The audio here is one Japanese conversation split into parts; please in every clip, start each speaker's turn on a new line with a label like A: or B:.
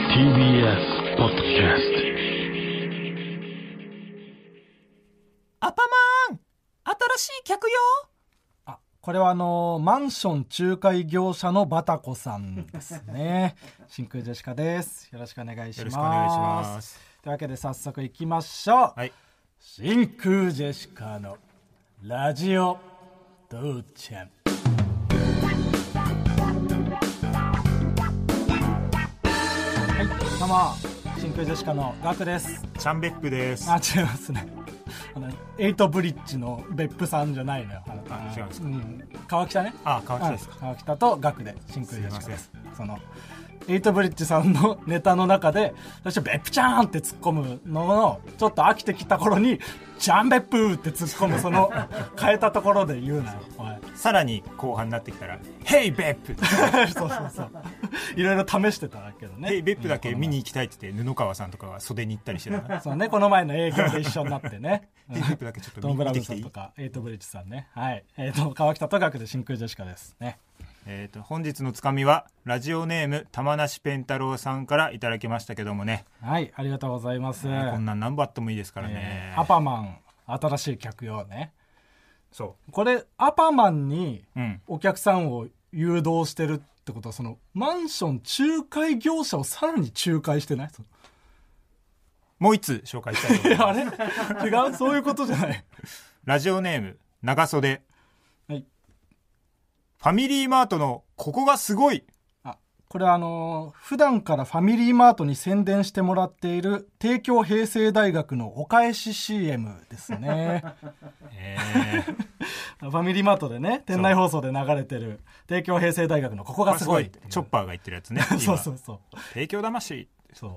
A: TBS ポッドキャス
B: アパマン新しい客よ
C: あこれはあのーマンション仲介業者のバタコさんです ね真空ジェシカですよろしくお願いします
D: よろしくお願いします
C: というわけで早速いきましょう、
D: はい
C: 真空ジェシカのラジオ父ちゃんはいどうも真空ジェシカのガクです
D: チャンベップです。
C: あ違いますねあのエイトブリッジの別府さんじゃないのよあなた
D: あ違うんですか
C: ん、川北ね
D: あ川北ですか
C: うん川北と学で真空ジェシカですすそのエイトブリッジさんのネタの中で最初「ベップちゃん!」って突っ込むののちょっと飽きてきた頃に「ジャンベップー!」って突っ込むその変えたところで言うなよおい
D: さらに後半になってきたら、ヘイベップ
C: そうそうそういろいろ試してたけどね
D: ヘイベップだけ見に行きたいって言って、布川さんとかが袖に行ったりして たから。
C: そうねこの前の営業で一緒になって ね
D: ヘイベップだけちょっと
C: トム・ブ
D: 見
C: ラウ
D: て
C: ン
D: き
C: さ
D: てい
C: ん
D: い
C: とかエイトブリッジさんねはいえっ、と川北と学で真空ジェシカですね
D: えーと、本日のつかみは、ラジオネーム、玉梨ペンタロウさんからいただきましたけどもね、
C: はいありがとうございます、
D: こんなん何バットもいいですから
C: え
D: ね
C: ー。アパマン新しい客用ね
D: そ
C: これアパマンに
D: う。うん。
C: お客さんを誘導してるってことはそのマンション仲介業者をさらに仲介してない その
D: もう一つ紹介したいと思 い
C: え
D: ます。
C: あれ違うそういうことじゃない
D: ラジオネーム、長袖。
C: はい
D: ファミリーマートのここがすごい
C: あこれはあのー普段からファミリーマートに宣伝してもらっている帝京平成大学のお返し CM ですね
D: え ー
C: ファミリーマートでね店内放送で流れてる帝京平成大学のここがすごいっていう
D: チョッパーが言ってるやつね
C: そうそうそう
D: 今帝京魂
C: そう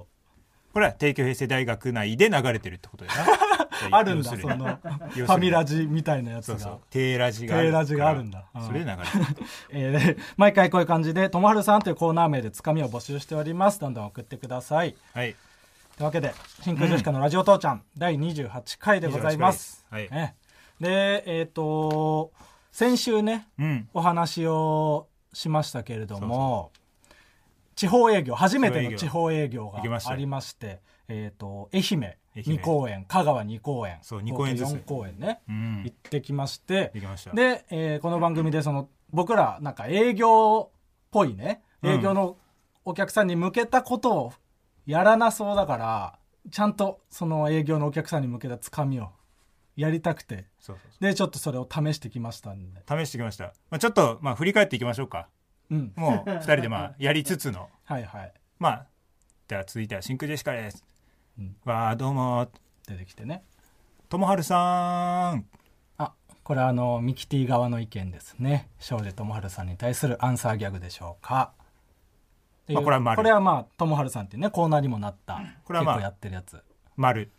D: これは帝京平成大学内で流れてるってことだよな
C: あるんだ
D: 要す
C: そ
D: に
C: のフ
D: 要するに
C: ァミラジみたいなやつ
D: そうそ
C: が
D: う低ラジが
C: 低ラジがあるんだ
D: からそれで流れてる
C: えー毎回こういう感じで「ともはるさん」というコーナー名でつかみを募集しておりますどんどん送ってください
D: はい
C: というわけで「真空ジェシカのラジオ父ちゃん」第28回でございます
D: 28回です
C: ねでえっ、と先週ね
D: うん
C: お話をしましたけれども地方営業初めての地
D: 地
C: 方営業が
D: 行きましたよ
C: ありましてえっ、と愛媛
D: 愛媛
C: 2公演香川2公演
D: そう二公演ずつ
C: 4公演ね、
D: うん
C: 行ってきまして
D: 行きました
C: で、えーこの番組でその僕らなんか営業っぽいね
D: うん
C: 営業のお客さんに向けたことをやらなそうだからちゃんとその営業のお客さんに向けたつかみをやりたくて
D: そうそう
C: でちょっとそれを試してきましたんで
D: そう試してきました、まあ、ちょっと、まあ、振り返っていきましょうか
C: うん
D: もう2人で、まあ、やりつつの
C: はいはい
D: まあでは続いては真空ジェシカです、
C: うん
D: わあどうも
C: 出てきてね
D: ともはるさん
C: あこれはあのミキティ側の意見ですね庄司智春さんに対するアンサーギャグでしょうか
D: まあこれは丸
C: これはまあ智春さんっていうねコーナーにもなった
D: これはまあ
C: 結構やってるやつ
D: 丸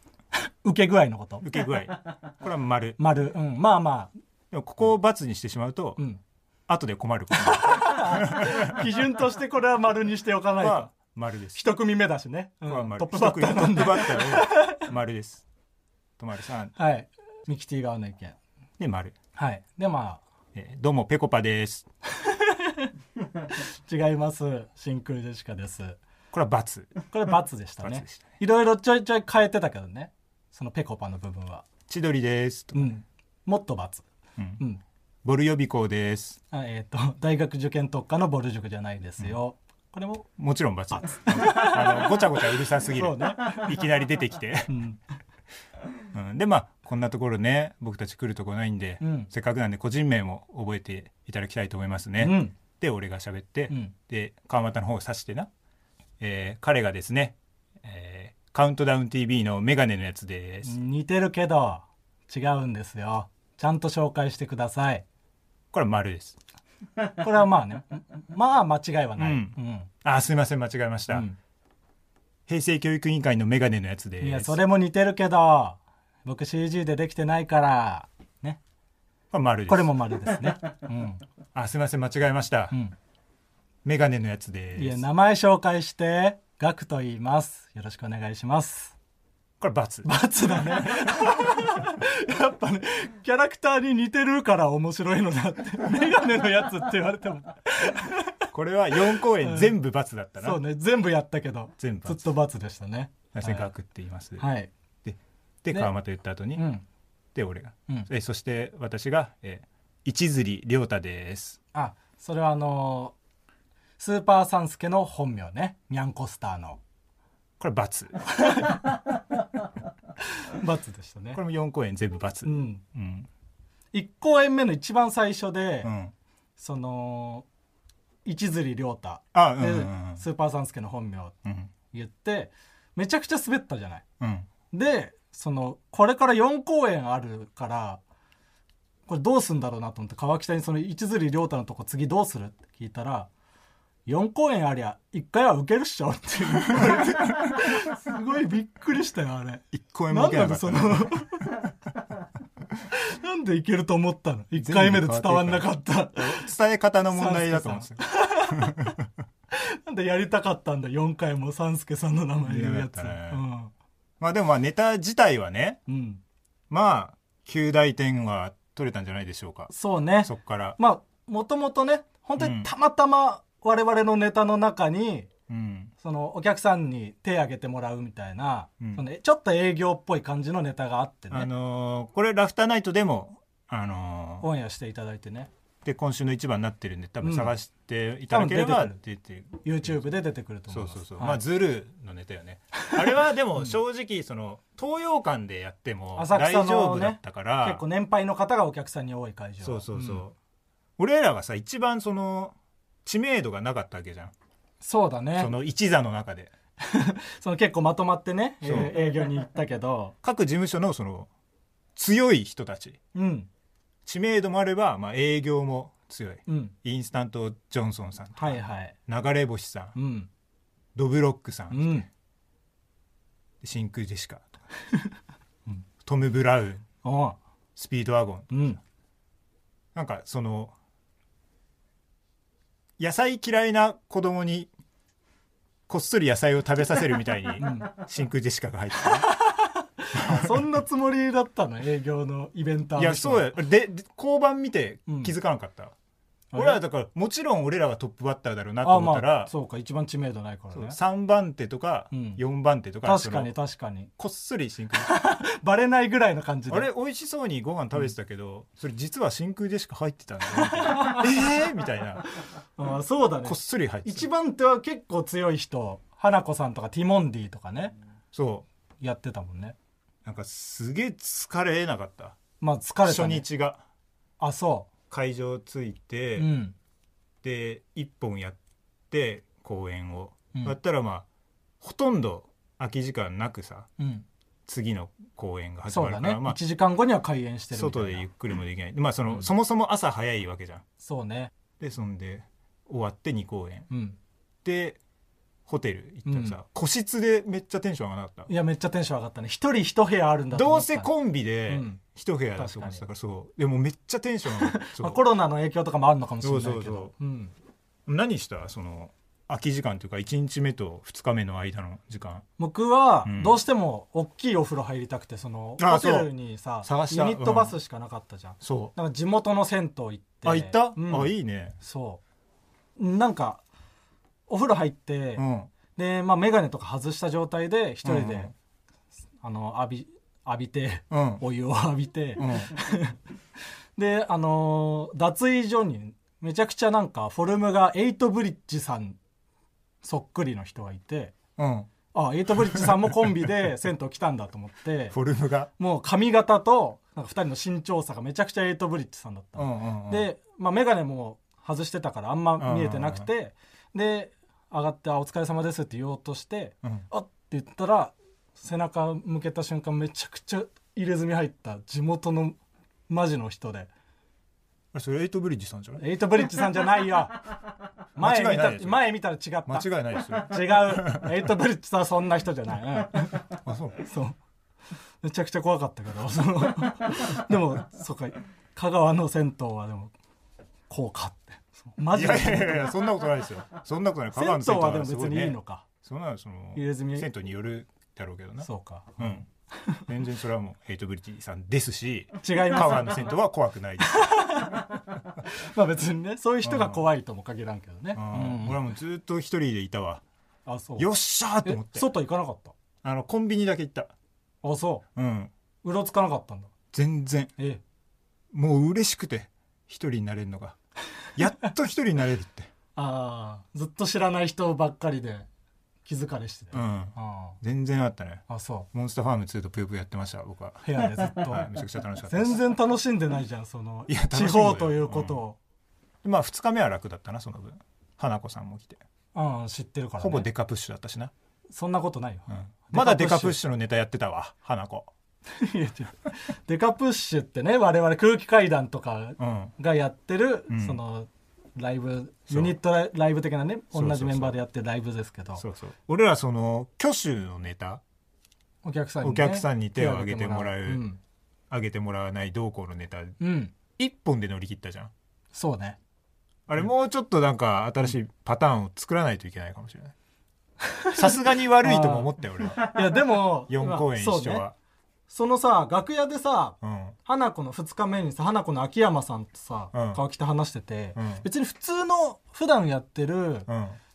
C: 受け具合のこと
D: 受け具合 これは丸
C: 丸うんまあまあ
D: でもここを×にしてしまうと、
C: うん
D: 後で困ること
C: 基準としてこれは丸にしておかないと
D: は丸です
C: 一組目だしね、うん
D: これは丸
C: トップバッターなん
D: 一組トッ
C: で
D: プバッターを丸ですとまるさん
C: はいミキティ側の意見
D: で丸
C: はいでま
D: えーどうもぺこぱです
C: あ違います真空ジェシカです
D: これは×
C: これ×でしたね
D: ×でしたね
C: いろいろちょいちょい変えてたけどねそのぺこぱの部分は
D: 千鳥ですと
C: う
D: か、
C: んもっと×
D: うん
C: うん
D: ボル予備校です
C: あえっ、と 大学受験特化のボル塾じゃないですよ、これも
D: もちろん×ですあのごちゃごちゃうるさすぎる
C: そうね
D: いきなり出てきて、
C: ん
D: うん、でまあこんなところね僕たち来るとこないんで、
C: うん
D: せっかくなんで個人名も覚えていただきたいと思いますね、
C: うん
D: で俺が喋って、
C: うん
D: で川俣の方を指してな、えー彼がですね、えーカウントダウン TV のメガネのやつです、
C: 似てるけど違うんですよちゃんと紹介してください
D: これは丸です
C: これはまあね まあ間違いはない、
D: う
C: うんん
D: あーすいません間違えました、
C: うん
D: 平成教育委員会のメガネのやつです
C: いやそれも似てるけど僕 CG でできてないからね
D: これは丸です
C: これも丸ですね、うん
D: あーすいません間違えました、
C: うん
D: メガネのやつ です
C: いや名前紹介してガクと言いますよろしくお願いします
D: これ×
C: 罰だねやっぱねキャラクターに似てるから面白いのだってメガネのやつって言われても
D: これは4公演全部罰だったな、
C: そうね全部やったけど
D: 全部
C: ずっと罰でしたね
D: せっかくって言います、
C: はい、はい
D: でで
C: ね
D: 川又言った後に、
C: うん
D: で俺が、
C: うん
D: えそして私が、えー、一釣り亮太です
C: あそれはあのースーパーサンスケの本名ねニャンコスターの
D: これ罰こ
C: 罰でしたね
D: れも4公演全部罰
C: う
D: うん
C: ん
D: うん、
C: 1公演目の一番最初で、その一釣亮太
D: あ
C: で、
D: うんうんうん
C: スーパーサンスケの本名
D: うん
C: 言ってめちゃくちゃ滑ったじゃない
D: うん
C: でそのこれから4公演あるからこれどうすんだろうなと思って川北にその一釣亮太のとこ次どうするって聞いたら4公演ありゃ1回は受けるっしょって言われてすごいびっくりしたよあれ
D: 1公演も
C: なん
D: 受け
C: な
D: な
C: の
D: かった
C: そ
D: な
C: のなんでいけると思ったの1回目で伝わんなかった
D: 伝え方の問題だと思うんですよ
C: なんでやりたかったんだ4回も三助さんの名前言うやつ、
D: やりたかまあでもまあネタ自体はね
C: うん、うん、
D: まあ9大点は取れたんじゃないでしょうか
C: そうね
D: そっから、
C: まあもともとね本当
D: うん
C: にたまたま我々のネタの中に、
D: うん、
C: そのお客さんに手挙げてもらうみたいな、
D: うん
C: そのちょっと営業っぽい感じのネタがあって
D: あ
C: ね
D: のーこれラフターナイトでもあのー
C: オンエアしていただいてね
D: で今週の一番になってるんで多分
C: うん
D: 探していただければ
C: 多分
D: 出て
C: YouTube で出てくると思いう
D: そ
C: ます
D: そうそう、
C: はい
D: まあズルのネタよねあれはでも正直その東洋館でやっても
C: 浅
D: 大
C: 草のね
D: 丈夫だったから、
C: 結構年配の方がお客さんに多い会場
D: そうそうそう、
C: ん
D: 俺らがさ一番その知名度がなかったわけじゃん
C: そうだね
D: その一座の中で
C: その結構まとまってね、え
D: そう
C: ー営業に行ったけど
D: 各事務所のその強い人たち
C: うん
D: 知名度もあれば、まあ、営業も強い
C: うん
D: インスタントジョンソンさんとか
C: はいはい
D: 流れ星さ
C: う
D: ん
C: ん
D: ドブロックさん、
C: うん
D: 真空ジェシカとか、うんトム・ブラウン
C: おう
D: スピードワゴン
C: うん
D: なんかその野菜嫌いな子供にこっそり野菜を食べさせるみたいに真空ジェシカが入って
C: そんなつもりだったの営業のイベント
D: いやそうやでで交番見て気づかなかった、
C: うん
D: 俺らだからもちろん俺らがトップバッターだろうなと
C: あ
D: 思っ
C: ま
D: たら、
C: あそうか一番知名度ないからね
D: 3番手とか
C: うん
D: 4番手とか、
C: 確か
D: そ
C: に
D: の
C: 確かに
D: こっそり真空ジェシカ
C: バレないぐらいの感じで
D: あれ美味しそうにご飯食べてたけど、それ実は真空ジェシカ入ってた んだよみたいなえーみたいな
C: あそうだね
D: こっそり入ってた
C: 一番手は結構強い人花子さんとかティモンディとかね
D: そ
C: やってたもんね
D: うなんかすげえ疲れなかった
C: まあ疲れた、ね、
D: 初日が
C: あそ
D: 会場着いて、
C: ううん
D: で1本やって公演を、
C: うん
D: やったらまあほとんど空き時間なくさ
C: うん
D: 次の公演が始
C: そ
D: ま
C: う
D: る
C: だ
D: から、
C: ね、
D: まあ
C: 1時間後には開演してるみたい
D: 外
C: な
D: でゆっくりもできない、まあその、そもそも朝早いわけじゃん
C: そうね
D: でそんで終わって2公演
C: うん
D: でホテル行ったらさ、個室でめっちゃテンション上がらなかっ
C: いやめっちゃテンション上がったね一人一部屋あるん
D: た
C: だと
D: ど
C: 思
D: う
C: った
D: せコンビで
C: うん
D: 一部屋だと思ってたから、そうでもめっちゃテンション上がったそう
C: まあ、コロナの影響とかもあるのかもしれないけど
D: そうそうそ
C: うん、
D: 何したその空き時間というか1日目と2日目の間の時間
C: 僕は
D: うん
C: どうしても大きいお風呂入りたくてその
D: あ
C: ホテルにさ
D: そう探し
C: ユ
D: た
C: ニットバスしかなかったじゃん、
D: そ
C: なんか地元の銭湯行って
D: あ行った、
C: うん
D: あいいね
C: そうなんかお風呂入って、
D: うん
C: で、まあ、眼鏡とか外した状態で一人で、
D: うんうん
C: あの浴び浴び て
D: うん
C: お湯を浴びて、
D: うん
C: であのー脱衣所にめちゃくちゃなんかフォルムがエイトブリッジさんそっくりの人がいて
D: うん
C: あエイトブリッジさんもコンビ で銭湯来たんだと思って
D: フォル ムが
C: もう髪型となんか2人の身長差がめちゃくちゃエイトブリッジさんだったの
D: うんうんうん
C: で、まあ、眼鏡も外してたからあんま見えてなくて、で上がってあ「お疲れ様です」って言おうとして
D: うん
C: 「あっ」って言ったら背中向けた瞬間めちゃくちゃ入れ墨入った地元のマジの人で
D: あそれエイトブリッジさんじゃ
C: 「
D: ない
C: エイトブリッジさんじゃない よ」前
D: 間違
C: 見
D: いな
C: た
D: いですよ
C: 前見たら違った
D: 間違いないですよ
C: 違うエイトブリッジさんはそんな人じゃない、うん
D: あそう
C: そうめちゃくちゃ怖かったけど そのでもそうか香川の銭湯はでもこうかってそう マ
D: い
C: ジ
D: や
C: で
D: いやいやそんなことないですよそんなことない
C: 銭湯はでも別にいいのか、
D: そんなのその
C: 入れ墨
D: 銭湯によるだろうけどな
C: そうか
D: うん全然それはもうヘイトブリッジさんですし
C: 違います
D: パワーの銭湯は怖くな いです、
C: まあ別にねそういう人が怖いとも限らんけどね、
D: う
C: うんん
D: 俺はもうずっと一人でいたわ
C: あそう
D: よっしゃーと思っ
C: え
D: て
C: 外行かなかった
D: あのコンビニだけ行った
C: あそ
D: うん
C: ううろつかなかったんだ
D: 全然
C: ええ
D: もう嬉しくて一人になれるの がやっと一人になれるって
C: ああずっと知らない人ばっかりで気づかれしてて、
D: う
C: あ
D: ん
C: あ
D: 全然あったね
C: あそ
D: モンスターファーム2とぷよぷよやってました僕は
C: う部屋でずっと
D: はいめちゃくちゃ楽しかったです
C: 全然楽しんでないじゃんその
D: いや楽し
C: 地
D: んでるよ
C: 方ということを、
D: まあ2日目は楽だったなその分花子さんも来て
C: うん知ってるから、ね、
D: ほぼデカプッシュだったしな、
C: そんなことないよ、
D: うんまだデカプッシュのネタやってたわ花子
C: いや違う デカプッシュってね我々空気階段とか
D: うん
C: がやってる、
D: うん
C: そのライブ
D: そう
C: ユニットライライブ的なね
D: そうそう
C: 同じメンバーでやってるライブですけど
D: そうそう俺らその挙手のネタ
C: お客さんに、ね、
D: お客さんに手を挙げてもらう
C: うん、
D: 上げてもらわないどうこうのネタ
C: うん
D: 一本で乗り切ったじゃん
C: そう ね
D: あれもうちょっとなんか新しいパターンを作らないといけないかもしれないさすがに悪いとも思ったよ俺はい
C: やでも
D: 4公演一
C: そ
D: 緒
C: うね
D: は、
C: そのさ楽屋でさ
D: うん
C: 花子の2日目にさ花子の秋山さんとさ、
D: うん
C: 川北話してて、
D: うん
C: 別に普通の普段やってる、
D: うん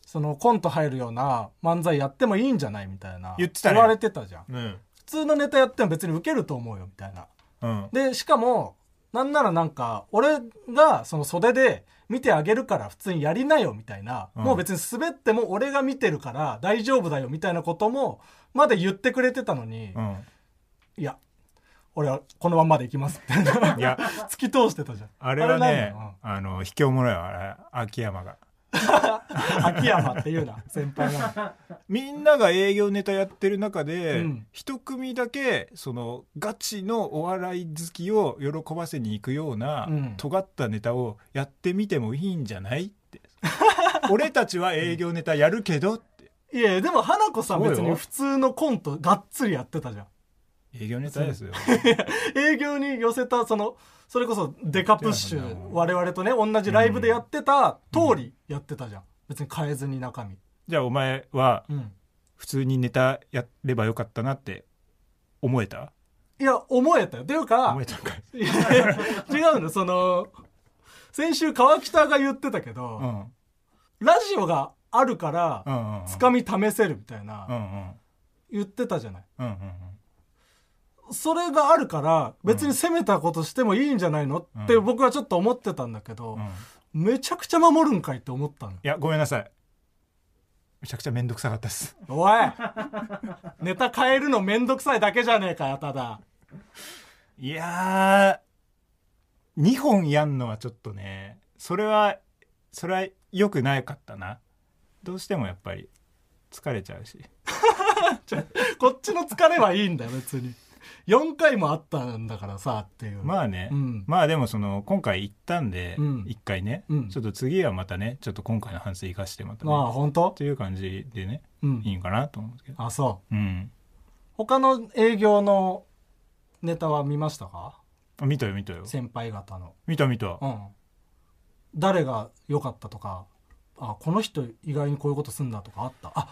C: そのコント入るような漫才やってもいいんじゃないみたいな
D: 言ってたね
C: 言われてたじゃん
D: うん
C: 普通のネタやっても別にウケると思うよみたいな
D: うん
C: でしかもなんならなんか俺がその袖で見てあげるから普通にやりなよみたいな、
D: うん
C: もう別に滑っても俺が見てるから大丈夫だよみたいなこともまで言ってくれてたのに、
D: うん
C: いや俺はこのまんまでいきますみたいな
D: いや
C: 突き通してたじゃん
D: あれはね
C: なんなの
D: あの卑怯者よあれ秋山が
C: うん秋山っていうな先輩なの
D: みんなが営業ネタやってる中で、
C: うん
D: 一組だけそのガチのお笑い好きを喜ばせに行くような、
C: うん
D: 尖ったネタをやってみてもいいんじゃないって 俺たちは営業ネタやるけどって
C: いやでも花子さん別
D: そう
C: に
D: よ
C: 普通のコントがっつりやってたじゃん
D: 営業ネタですよ
C: 営業に寄せたそのそれこそデカプッシ
D: そうだよ
C: ュ
D: な
C: 我々とね同じライブでやってた通りやってたじゃん、別に変えずに中身
D: じゃあお前は
C: うん
D: 普通にネタやればよかったなって思えた
C: いや思えたよというか
D: 思えたんかい、
C: いや違うのその先週川北が言ってたけど、
D: うん
C: ラジオがあるから
D: うんうんうん、
C: つかみ試せるみたいな、
D: うんうん
C: 言ってたじゃない
D: うんうん
C: それがあるから別に攻めたことしてもいいんじゃないの、
D: うん
C: って僕はちょっと思ってたんだけど
D: うんう、んい
C: めちゃくちゃ守るんかいって思ったの
D: やごめんなさいめちゃくちゃ面倒くさかったです
C: おいネタ変えるのめんどくさいだけじゃねえかよただ
D: いやー、2本やんのはちょっとね、それは、それは良くなかったな。どうしてもやっぱり疲れちゃうし。
C: こっちの疲れはいいんだよ別に4回もあったんだからさっていう
D: まあね、
C: うん
D: まあでもその、今回行ったんで、
C: うん
D: 一回ね、
C: うん
D: ちょっと次はまたね、ちょっと今回の反省生かしてまたね、
C: まあ本当
D: という感じでね、
C: うん
D: いいんかなと思うんですけど。
C: あそう
D: うん。
C: 他の営業のネタは見ましたか
D: あ見たよ見たよ。
C: 先輩方の
D: 見た見た
C: う。ん誰が良かったとかあこの人意外にこういうことすんだとかあったあ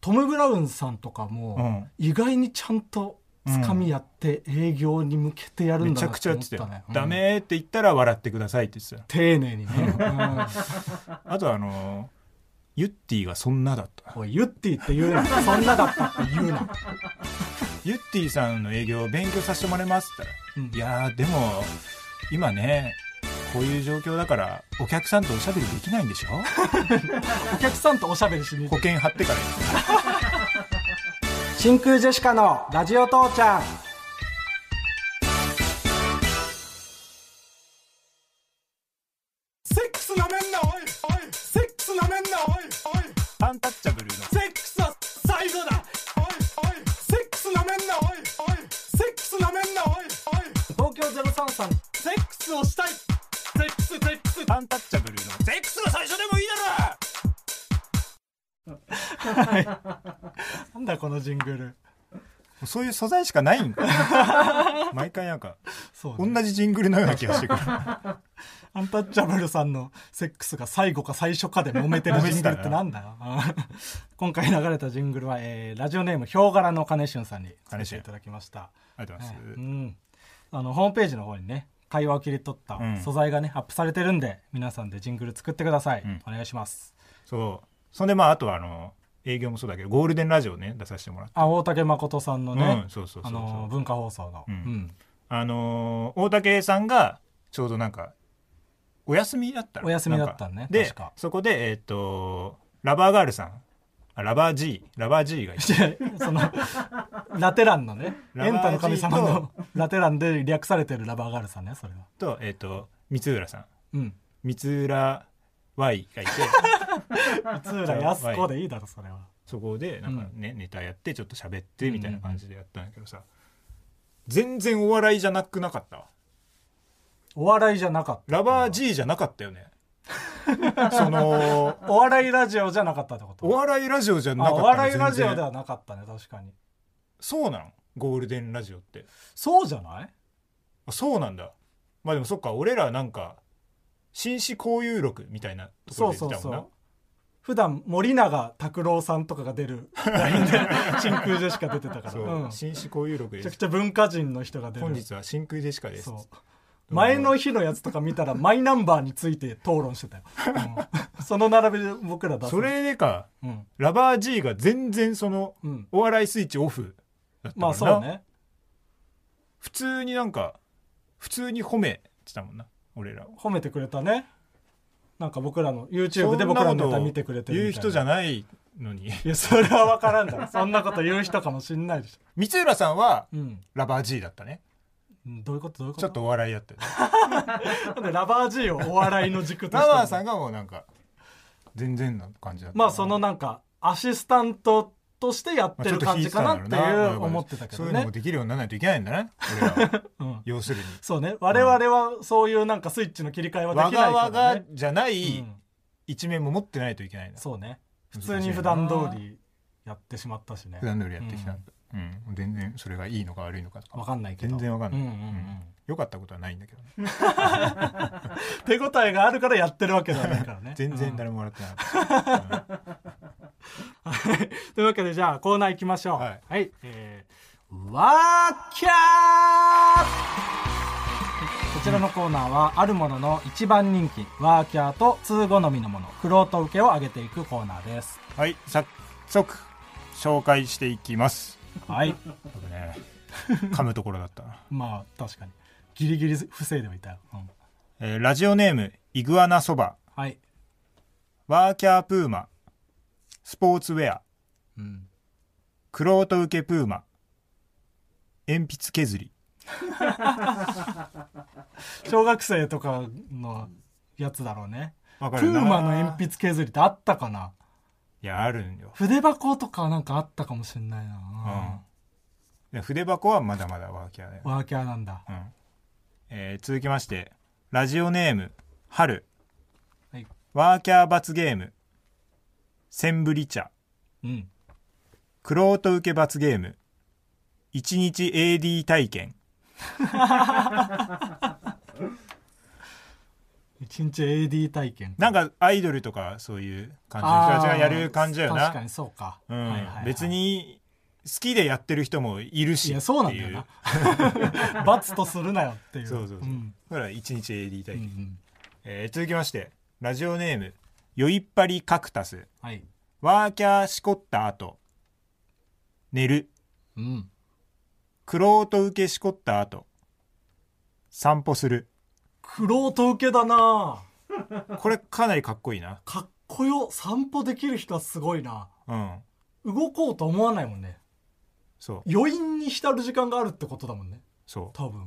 C: トム・ブラウンさんとかも、
D: うん。
C: 意外にちゃんとつかみやって営業に向けてやる
D: め
C: ん
D: ち
C: だ
D: ゃ
C: な
D: く
C: っ
D: ち
C: て
D: ゃや
C: 思
D: っ
C: って
D: た
C: た
D: よ。
C: ね、
D: ダ
C: うん
D: メって言ったら笑ってくださいって言ってたよ。
C: 丁寧にね、うん
D: あとあのー、ユッティがそんなだった。
C: おいユッティって言うなそんなだったって言うな
D: ゆってぃさんの営業を勉強させてもらいますって言ったら、いやーでも今ねこういう状況だからお客さんとおしゃべりできないん でしょ
C: お客さんとおしゃべりしに行
D: 保
C: く
D: 険貼ってからや
C: 真空ジェシカのラジオ父ちゃん
E: セックスなめんなおいおいセックスなめんなおいおい
D: アンタッチャブルの
E: セックスは最後だおいおいセックスなめんなおいおいセックスなめんなおいおい
C: 東京03さん
E: セックスをしたいセックスセックス
D: アンタッチャブルの
E: セックスは最初でもいいだろ
C: なんだこのジングル
D: うそういう素材しかないんか 毎回なんか
C: そう
D: 同
C: ね、
D: じジングルのような気が してくる
C: アンタッチャブルさんのセックスが最後か最初かで揉めてるジングルってなんだ 今回流れたジングルは、えーラジオネームヒョウ柄の金俊さんに作っていただきました、
D: ありがとうございます、
C: うん、あのホームページの方にね会話を切り取った
D: うん
C: 素材がね、アップされてるんで皆さんでジングル作ってください、
D: うん
C: お願いします
D: そうそんでまああとはあの営業もそうだけどゴールデンラジオね出させてもらって
C: あ大竹誠さんのね、
D: うんそうそうそうそう
C: あの文化放送の、
D: うん
C: うん
D: あのー大竹さんがちょうどなんかお休みだったの
C: お休みだったのね
D: なんで
C: 確か
D: そこでえーっ、とラバーガールさんあラバー G ラバー G がいて
C: その ラテランのね
D: ラ
C: エ
D: バー
C: ンタの神様
D: ジ
C: のラテランで略されてるラバーガールさんねそれは
D: とえーっ、と光浦さ
C: う
D: ん
C: ん
D: 光浦 Y がいて
C: 松浦安子でいいだろそれは
D: そこでなんかね、ネタやってちょっと喋ってみたいな感じでやったんだけどさ、全然お笑いじゃなくなかったわ
C: お笑いじゃなかっ
D: ラバー G じゃなかった よねその
C: たお笑いラジオじゃなかったってこと
D: お笑いラジオじゃなか
C: あ
D: っ
C: お
D: たの
C: 笑いラジオ
D: 全
C: で
D: 然
C: はなかったね確かに
D: そうなのゴールデンラジオって
C: そうじゃない
D: あそうなんだまあでもそっか俺らなんか紳士交友録みたいなとこ
C: そ
D: ろ
C: う
D: で出
C: そう
D: たも
C: そ
D: んな
C: う普段森永卓郎さんとかが出るライン で真空ジェシカ出てたから、
D: そう
C: うんめち
D: 紳士交友録で
C: ゃく
D: す
C: ちゃ文化人の人が出る
D: 本日は真空ジェシカです
C: そう前の日のやつとか見たらマイナンバーについて討論してたよ、うんその並びで僕ら出す
D: それでか
C: うん、
D: ラバー G が全然その
C: うん
D: お笑いスイッチオフだったもんな
C: まあそうね
D: 普通になんか普通に褒めてたもんな俺らを
C: 褒めてくれたねなんか僕らの YouTube で僕らのネタ見てくれてる
D: 言う人じゃ
C: ない
D: ないのに
C: いやそれは分からんだろそんなこと言う人かもしんないでし
D: 光浦さんは
C: ょうん
D: ラバー G だったね
C: どういうことどういうこ
D: ち
C: と
D: ょっとお笑いだったよね
C: なんでラバー G をお笑いの軸として
D: ラバーさん
C: ん
D: がもうなんか全然な感じだった
C: まあそのなんかアシスタントとしてやっ
D: まあ
C: て
D: ちょ
C: る
D: っと
C: 感
D: 引い
C: じ
D: て
C: か
D: た
C: なんっ
D: だろう
C: ていう思ってたけ
D: そう
C: ど
D: いうの
C: ね
D: もできるようにならないといけないんだね 俺らは
C: うん
D: 要するに
C: そうね我々はそういうなんかスイッチの切り替えはで
D: わ
C: きな
D: が
C: いか
D: わ
C: ら
D: が
C: ね
D: じゃな
C: う
D: い
C: ん
D: 一面も持ってないといけないんだ
C: そうね普
D: 難しい
C: 通
D: な
C: に普段通りやってしまったしね
D: 普段通りやってきた
C: うん
D: うん全然それがいいのか悪いのかと
C: わ
D: か
C: かんないけど
D: 全然わかんない
C: うんうんうん
D: うん良かったことはないんだけどね
C: 手応えがあるからやってるわけじゃないからね
D: 全然誰も笑ってなかった
C: はいというわけでじゃあコーナー行きましょう
D: はい
C: えーわーきゃーこちらのコーナーはあるものの一番人気ワーキャーと通好みのものクロート受けを上げていくコーナー です
D: はい早速紹介していきます
C: はい
D: 僕ね噛むところだったな
C: まあ確かにギリギリ防いではいたよ、うん
D: えーラジオネームイグアナそば
C: はい、
D: ワーキャープーマスポーツウェア
C: うん、
D: クロート受けプーマ鉛筆削り
C: 小学生とかのやつだろうね
D: わ
C: プ
D: か
C: ー
D: るな
C: マの鉛筆削りってあったかない
D: やあるんよ、
C: 筆箱とかなんかあったかもしれないな、
D: うん、筆箱はまだまだワーキャーだよ、
C: ワーキャーなんだ
D: うんえー続きましてラジオネーム春、
C: はい
D: ワーキャー罰ゲームセンブリ茶
C: うん
D: クロート受け罰ゲーム一日 AD 体験
C: 一日 AD 体験
D: なんかアイドルとかそういう感じの人たちがやる感じだよ
C: あー確か
D: な
C: に、そうか、
D: う
C: はいはい
D: ん
C: はい
D: 別に好きでやってる人もいるし
C: いやそうなんだよ な罰とするなよっていう
D: そうそうそう。
C: ん
D: ほら、一日 AD 体
C: うんう
D: 験、
C: ん
D: えー続きまして、ラジオネーム、よいっぱりカクタス、
C: はい
D: ワーキャーしこった後、寝る、
C: うん
D: クロート受けしこった後、散歩する。
C: クロート受けだな
D: これかなりかっこいいな。
C: かっこよ散歩できる人はすごいな
D: うん。
C: 動こうと思わないもんね
D: そう。
C: 余韻に浸る時間があるってことだもんね
D: そ
C: 多分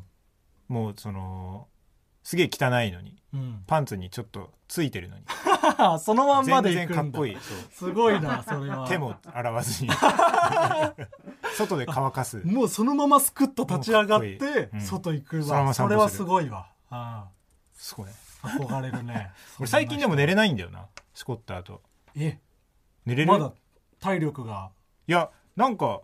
D: う。もう、その、すげえ汚いのに、
C: うん
D: パンツにちょっとついてるのに、
C: そのまんま
D: 全
C: で行
D: 然
C: くんだ
D: かっこいい。そう
C: すごいなそれは
D: 手も洗 わずに、外で乾かす。
C: もうそのままスクッと立ち上がって
D: もうかっこいいうん
C: 外行くわ
D: そのまま
C: そ
D: 散歩する
C: れはすごいわあ
D: すごいね。
C: あ憧れるね
D: 俺最近でも寝れないんだよな、しこった後。
C: え
D: 寝れる
C: まだ体力が
D: いやなんか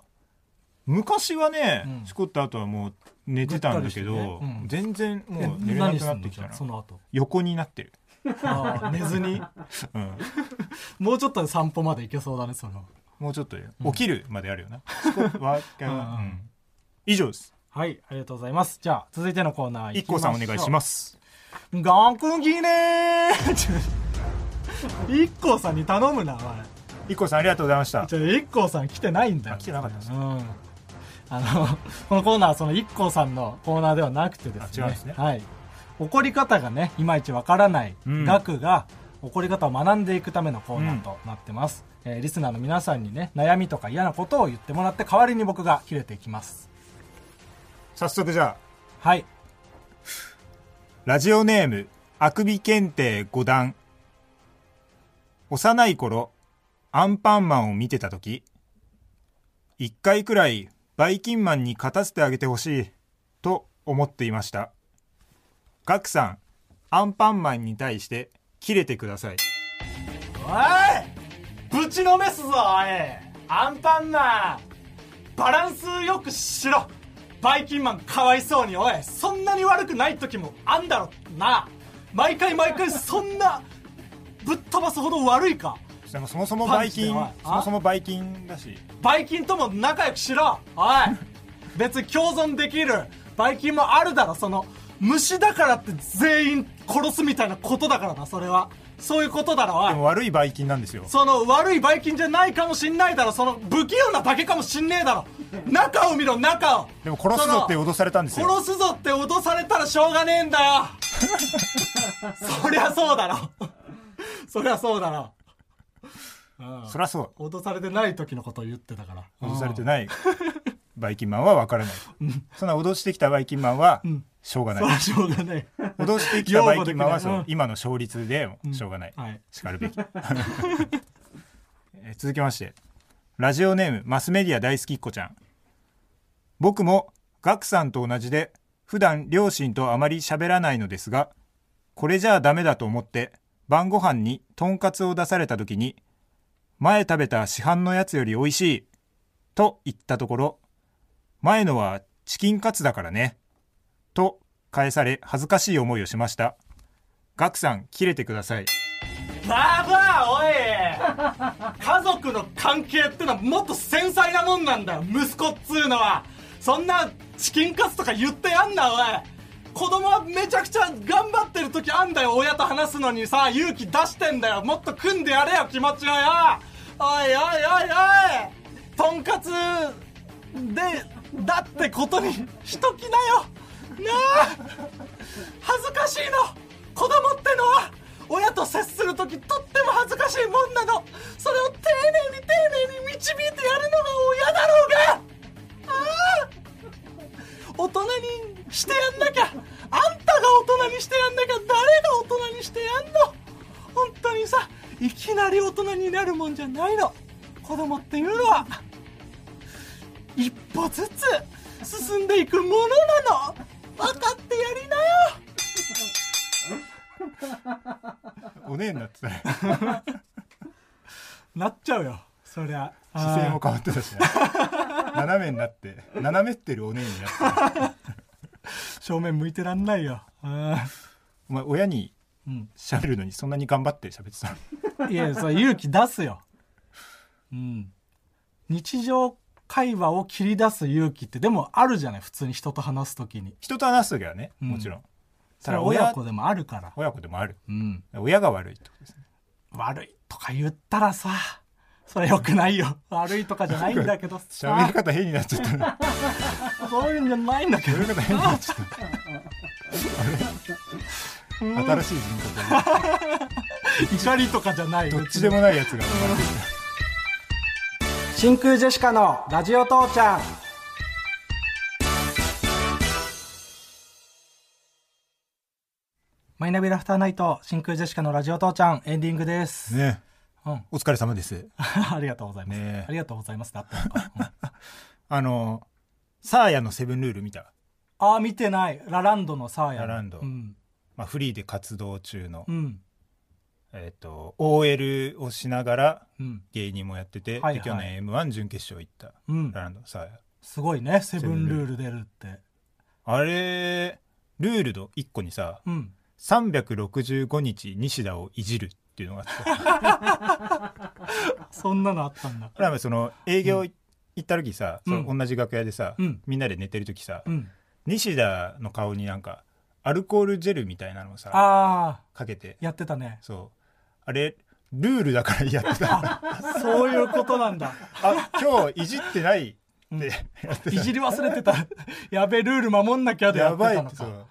D: 昔はね、
C: うん
D: しこった後はもう寝てたんだけど、
C: ぐったりしてねうん
D: 全然
C: え
D: もう寝れなくなってきた
C: 何
D: な
C: すんのじゃ
D: 横になってる、
C: あその後ああ 寝ず に
D: うん、
C: もうちょっとで散歩まで行けそうだねその
D: もうちょっとよ起きるまであるよな、しこわか
C: うん
D: うん以上です
C: はいありがとうございますじゃあ続いてのコーナー
D: 一 k さんお願いしますす
C: 学切ね 一 k さんに頼むなお前
D: 一 k さんありがとうございました
C: じゃあ一 k さん来てないんだよ
D: あ来てなかったんです
C: うんあの このコーナーはその一 k さんのコーナーではなくてですね
D: あ違うんですね
C: はい怒り方がねいまいちわからない
D: うん
C: 額が怒り方を学んでいくためのコーナーとなってます、えーリスナーの皆さんにね悩みとか嫌なことを言ってもらって代わりに僕が切れていきます
D: 早速じゃあ
C: はい
D: ラジオネーム、あくび検定5段。幼い頃、アンパンマンを見てたとき、一回くらいバイキンマンに勝たせてあげてほしい、と思っていました。ガクさん、アンパンマンに対して、切れてください。
C: おいぶちのめすぞおいアンパンマンバランスよくしろバイキンマンかわいそうにおいそんなに悪くない時もあんだろな毎回毎回そんなぶっ飛ばすほど悪いか
D: なんかそもそもバイキン、そ
C: パンチだよおい
D: もそもバイキンだし、
C: バイキンとも仲良くしろおい別に共存できるバイキンもあるだろその虫だからって全員殺すみたいなことだからなそれはそういうことだろおい
D: でも悪いバイキンなんですよ。
C: その悪いバイキンじゃないかもしんないだろその不器用なだけかもしんねえだろ中を見ろ中を
D: でも殺すぞって脅されたんです
C: そ
D: よ。
C: の殺すぞって脅されたらしょうがねえんだよそりゃそうだろそりゃそうだろ、うん
D: そりゃそ
C: 脅されてない時のことを言ってたから
D: う。脅されてない。バイキンマンは分からない。そんな脅してきたバイキンマンは、しょうがない
C: そり。ゃしょうがねえ
D: 脅してきたバイキンマンはそう
C: 擁護できないうん
D: 今の勝率でしょうがない、
C: はい
D: しかるべき えー続きましてラジオネームマスメディア大好きっ子ちゃん僕もガクさんと同じで普段両親とあまり喋らないのですがこれじゃあダメだと思って晩ご飯にとんかつを出された時に前食べた市販のやつより美味しいと言ったところ前のはチキンカツだからねと返され恥ずかしい思いをしましたガクさん切れてください
C: ババアおい家族の関係ってのはもっと繊細なもんなんだよ息子っつうのはそんなチキンカツとか言ってやんなおい子供はめちゃくちゃ頑張ってる時あんだよ親と話すのにさ勇気出してんだよもっと組んでやれよ気持ちをよおいおいおいおいとんかつでだってことにしときなよなあ恥ずかしいの子供ってのは親と接する時とっても恥ずかしいもんなのそれを丁寧に丁寧に導いてやるのが親だろうがああ大人にしてやんなきゃあんたが大人にしてやんなきゃ誰が大人にしてやんの本当にさいきなり大人になるもんじゃないの子供っていうのは一歩ずつ進んでいくものなの分かってやりなよ
D: おねえにな ってたね
C: なっちゃうよそりゃ
D: 視線も変わってたしな斜めにな って斜めってるおねえになってた
C: 正面向いてらんないよあ
D: お前親に
C: うん
D: 喋るのにそんなに頑張って喋ってたの
C: ーい やそれ勇気出すようん日常会話を切り出す勇気ってでもあるじゃない普通に人と話す時に
D: 人と話す時はね
C: うん
D: もちろん、
C: そ
D: た
C: れ
D: だ
C: は
D: 親
C: 親
D: 親
C: 子
D: 子
C: でもあるから
D: でもある
C: うん
D: 親が悪いってことですね
C: 悪いとか言ったらさそれ良くないよ悪いとかじゃないんだけど
D: 喋
C: さ
D: り方変になっちゃっ たな
C: そういうんじゃないんだ けど
D: 喋り方変になっちゃったあれ新しい人格だね
C: 怒りとかじゃない
D: どっちでもないやつが生まれてきた
C: 真空ジェシカのラジオ父ちゃんマイナビラフターナイト真空ジェシカのラジオ父ちゃんエンディングです、
D: ね
C: うん、
D: お疲れ様です
C: ありがとうございます、
D: ねえ
C: ありがとうございますだってなんかうん
D: あのサーヤのセブンルール見た、
C: あー見てないラランドのサーヤの
D: ラランド
C: うん、
D: まあ、フリーで活動中の、
C: うん
D: えっと OL をしながら
C: うん
D: 芸人もやってて、
C: はいはい
D: で去年 m 1準決勝行った、
C: うん
D: ラランドサーヤ
C: すごいねセブンルール出るって
D: あれルールの1個にさ
C: うん
D: 365日西田をいじるっていうのがあって
C: そんなのあったんだ
D: これはその営業行った時さ、
C: うん
D: その同じ楽屋でさ、
C: うん
D: みんなで寝てる時さ、
C: うん
D: 西田の顔になんかアルコールジェルみたいなのをさ
C: ああ
D: かけて
C: やってたね
D: そうあれルールだからやって た
C: そういうことなんだ
D: あ今日いじってないって
C: うん
D: やって
C: いじり忘れてた やべえルール守んなきゃ
D: た
C: でや
D: や
C: って
D: ばい
C: た
D: っ
C: の
D: てそ
C: か
D: う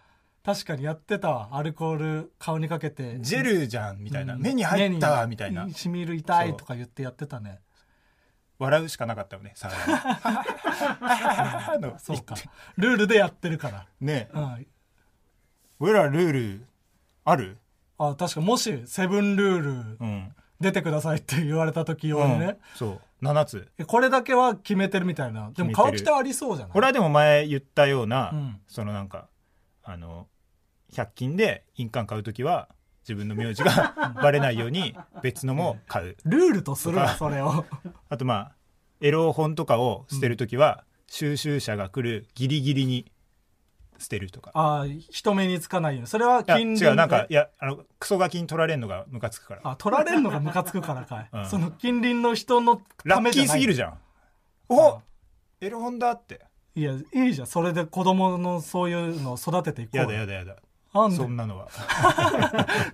C: 確かにやってたわアルコール顔にかけて
D: ジェルじゃんみたいな、
C: うん
D: 目に入ったみたい
C: 目
D: な
C: に染みる痛いとか言ってやってたね
D: 笑うしかなかったよねさあ の
C: そうかルールでやってるから
D: ねえ
C: うん
D: 俺らルールある
C: あ確かもしセブンルール
D: うん、
C: 出てくださいって言われた時用に
D: うん
C: ね、
D: そう7つ
C: えこれだけは決めてるみたいなでも
D: 決めてる
C: 川北はありそうじゃない
D: これはでも前言ったような、
C: うん
D: そのなんかあの100均で印鑑買う時は自分の名字 がバレないように別のも買う
C: ルールとする わそれを
D: あとまあエロ本とかを捨てる時は、収集者が来るギリギリに捨てるとか
C: あ人目につかないようにそれはい
D: や
C: 近隣
D: 違うなんかい
C: で
D: やあのクソガキに取られるのがムカつくから
C: あ取られるのがムカつくからかい、
D: うん
C: その近隣の人の
D: ラ
C: ため
D: ッ
C: じゃ
D: キー
C: ない
D: すぎるじゃん
C: う
D: お
C: ん
D: エロ本だって
C: いやいいじゃんそれで子供のそういうのを育てていこう
D: やだや
C: だ
D: だやだ
C: なん
D: そん
C: で
D: な のは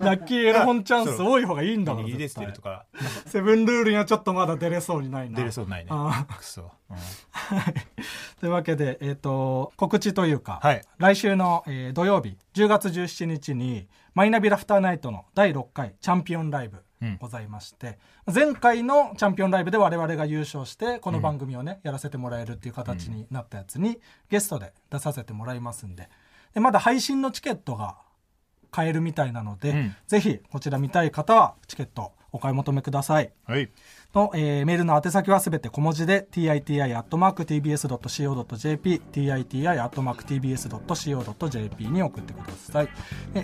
C: ラッキーエロ本チャンス多い方がいいんだ
D: ギ
C: から
D: リギリで
C: 絶
D: 捨て
C: 対
D: るとか
C: セブンルールにはちょっとまだ出れそうにないな
D: 出れそうないね
C: あ
D: クソ、うん
C: というわけで、えー、と告知というか、
D: はい
C: 来週の、えー土曜日10月17日にマイナビラフターナイトの第6回チャンピオンライブ
D: うん
C: ございまして、前回のチャンピオンライブで我々が優勝してこの番組をね、やらせてもらえるっていう形になったやつにゲストで出させてもらいますんででまだ配信のチケットが買えるみたいなので、
D: ん
C: ぜひこちら見たい方はチケットお買い求めください。
D: はい
C: の、えーメールの宛先はすべて小文字で titi.tbs.co.jp titi.tbs.co.jp に送ってくださいで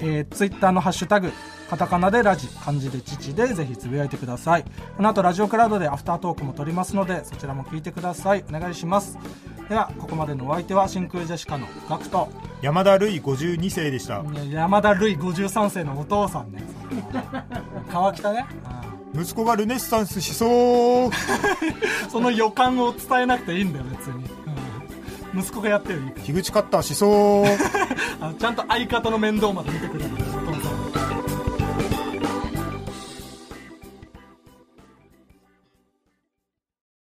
C: えー、ツイッターのハッシュタグカタカナでラジ漢字で父でぜひつぶやいてくださいこの後ラジオクラウドでアフタートークも撮りますのでそちらも聞いてくださいお願いしますではここまでのお相手は真空ジェシカのガクト
D: 山田るい52世でした
C: 山田るい53世のお父さんねそれは川北ね、うん
D: 息子がルネッサンス しそう
C: その予感を伝えなくていいんだよ別に、うん息子がやってるいいか
D: 樋口カッターしそう
C: らあちゃんと相方の面倒まで見てくれる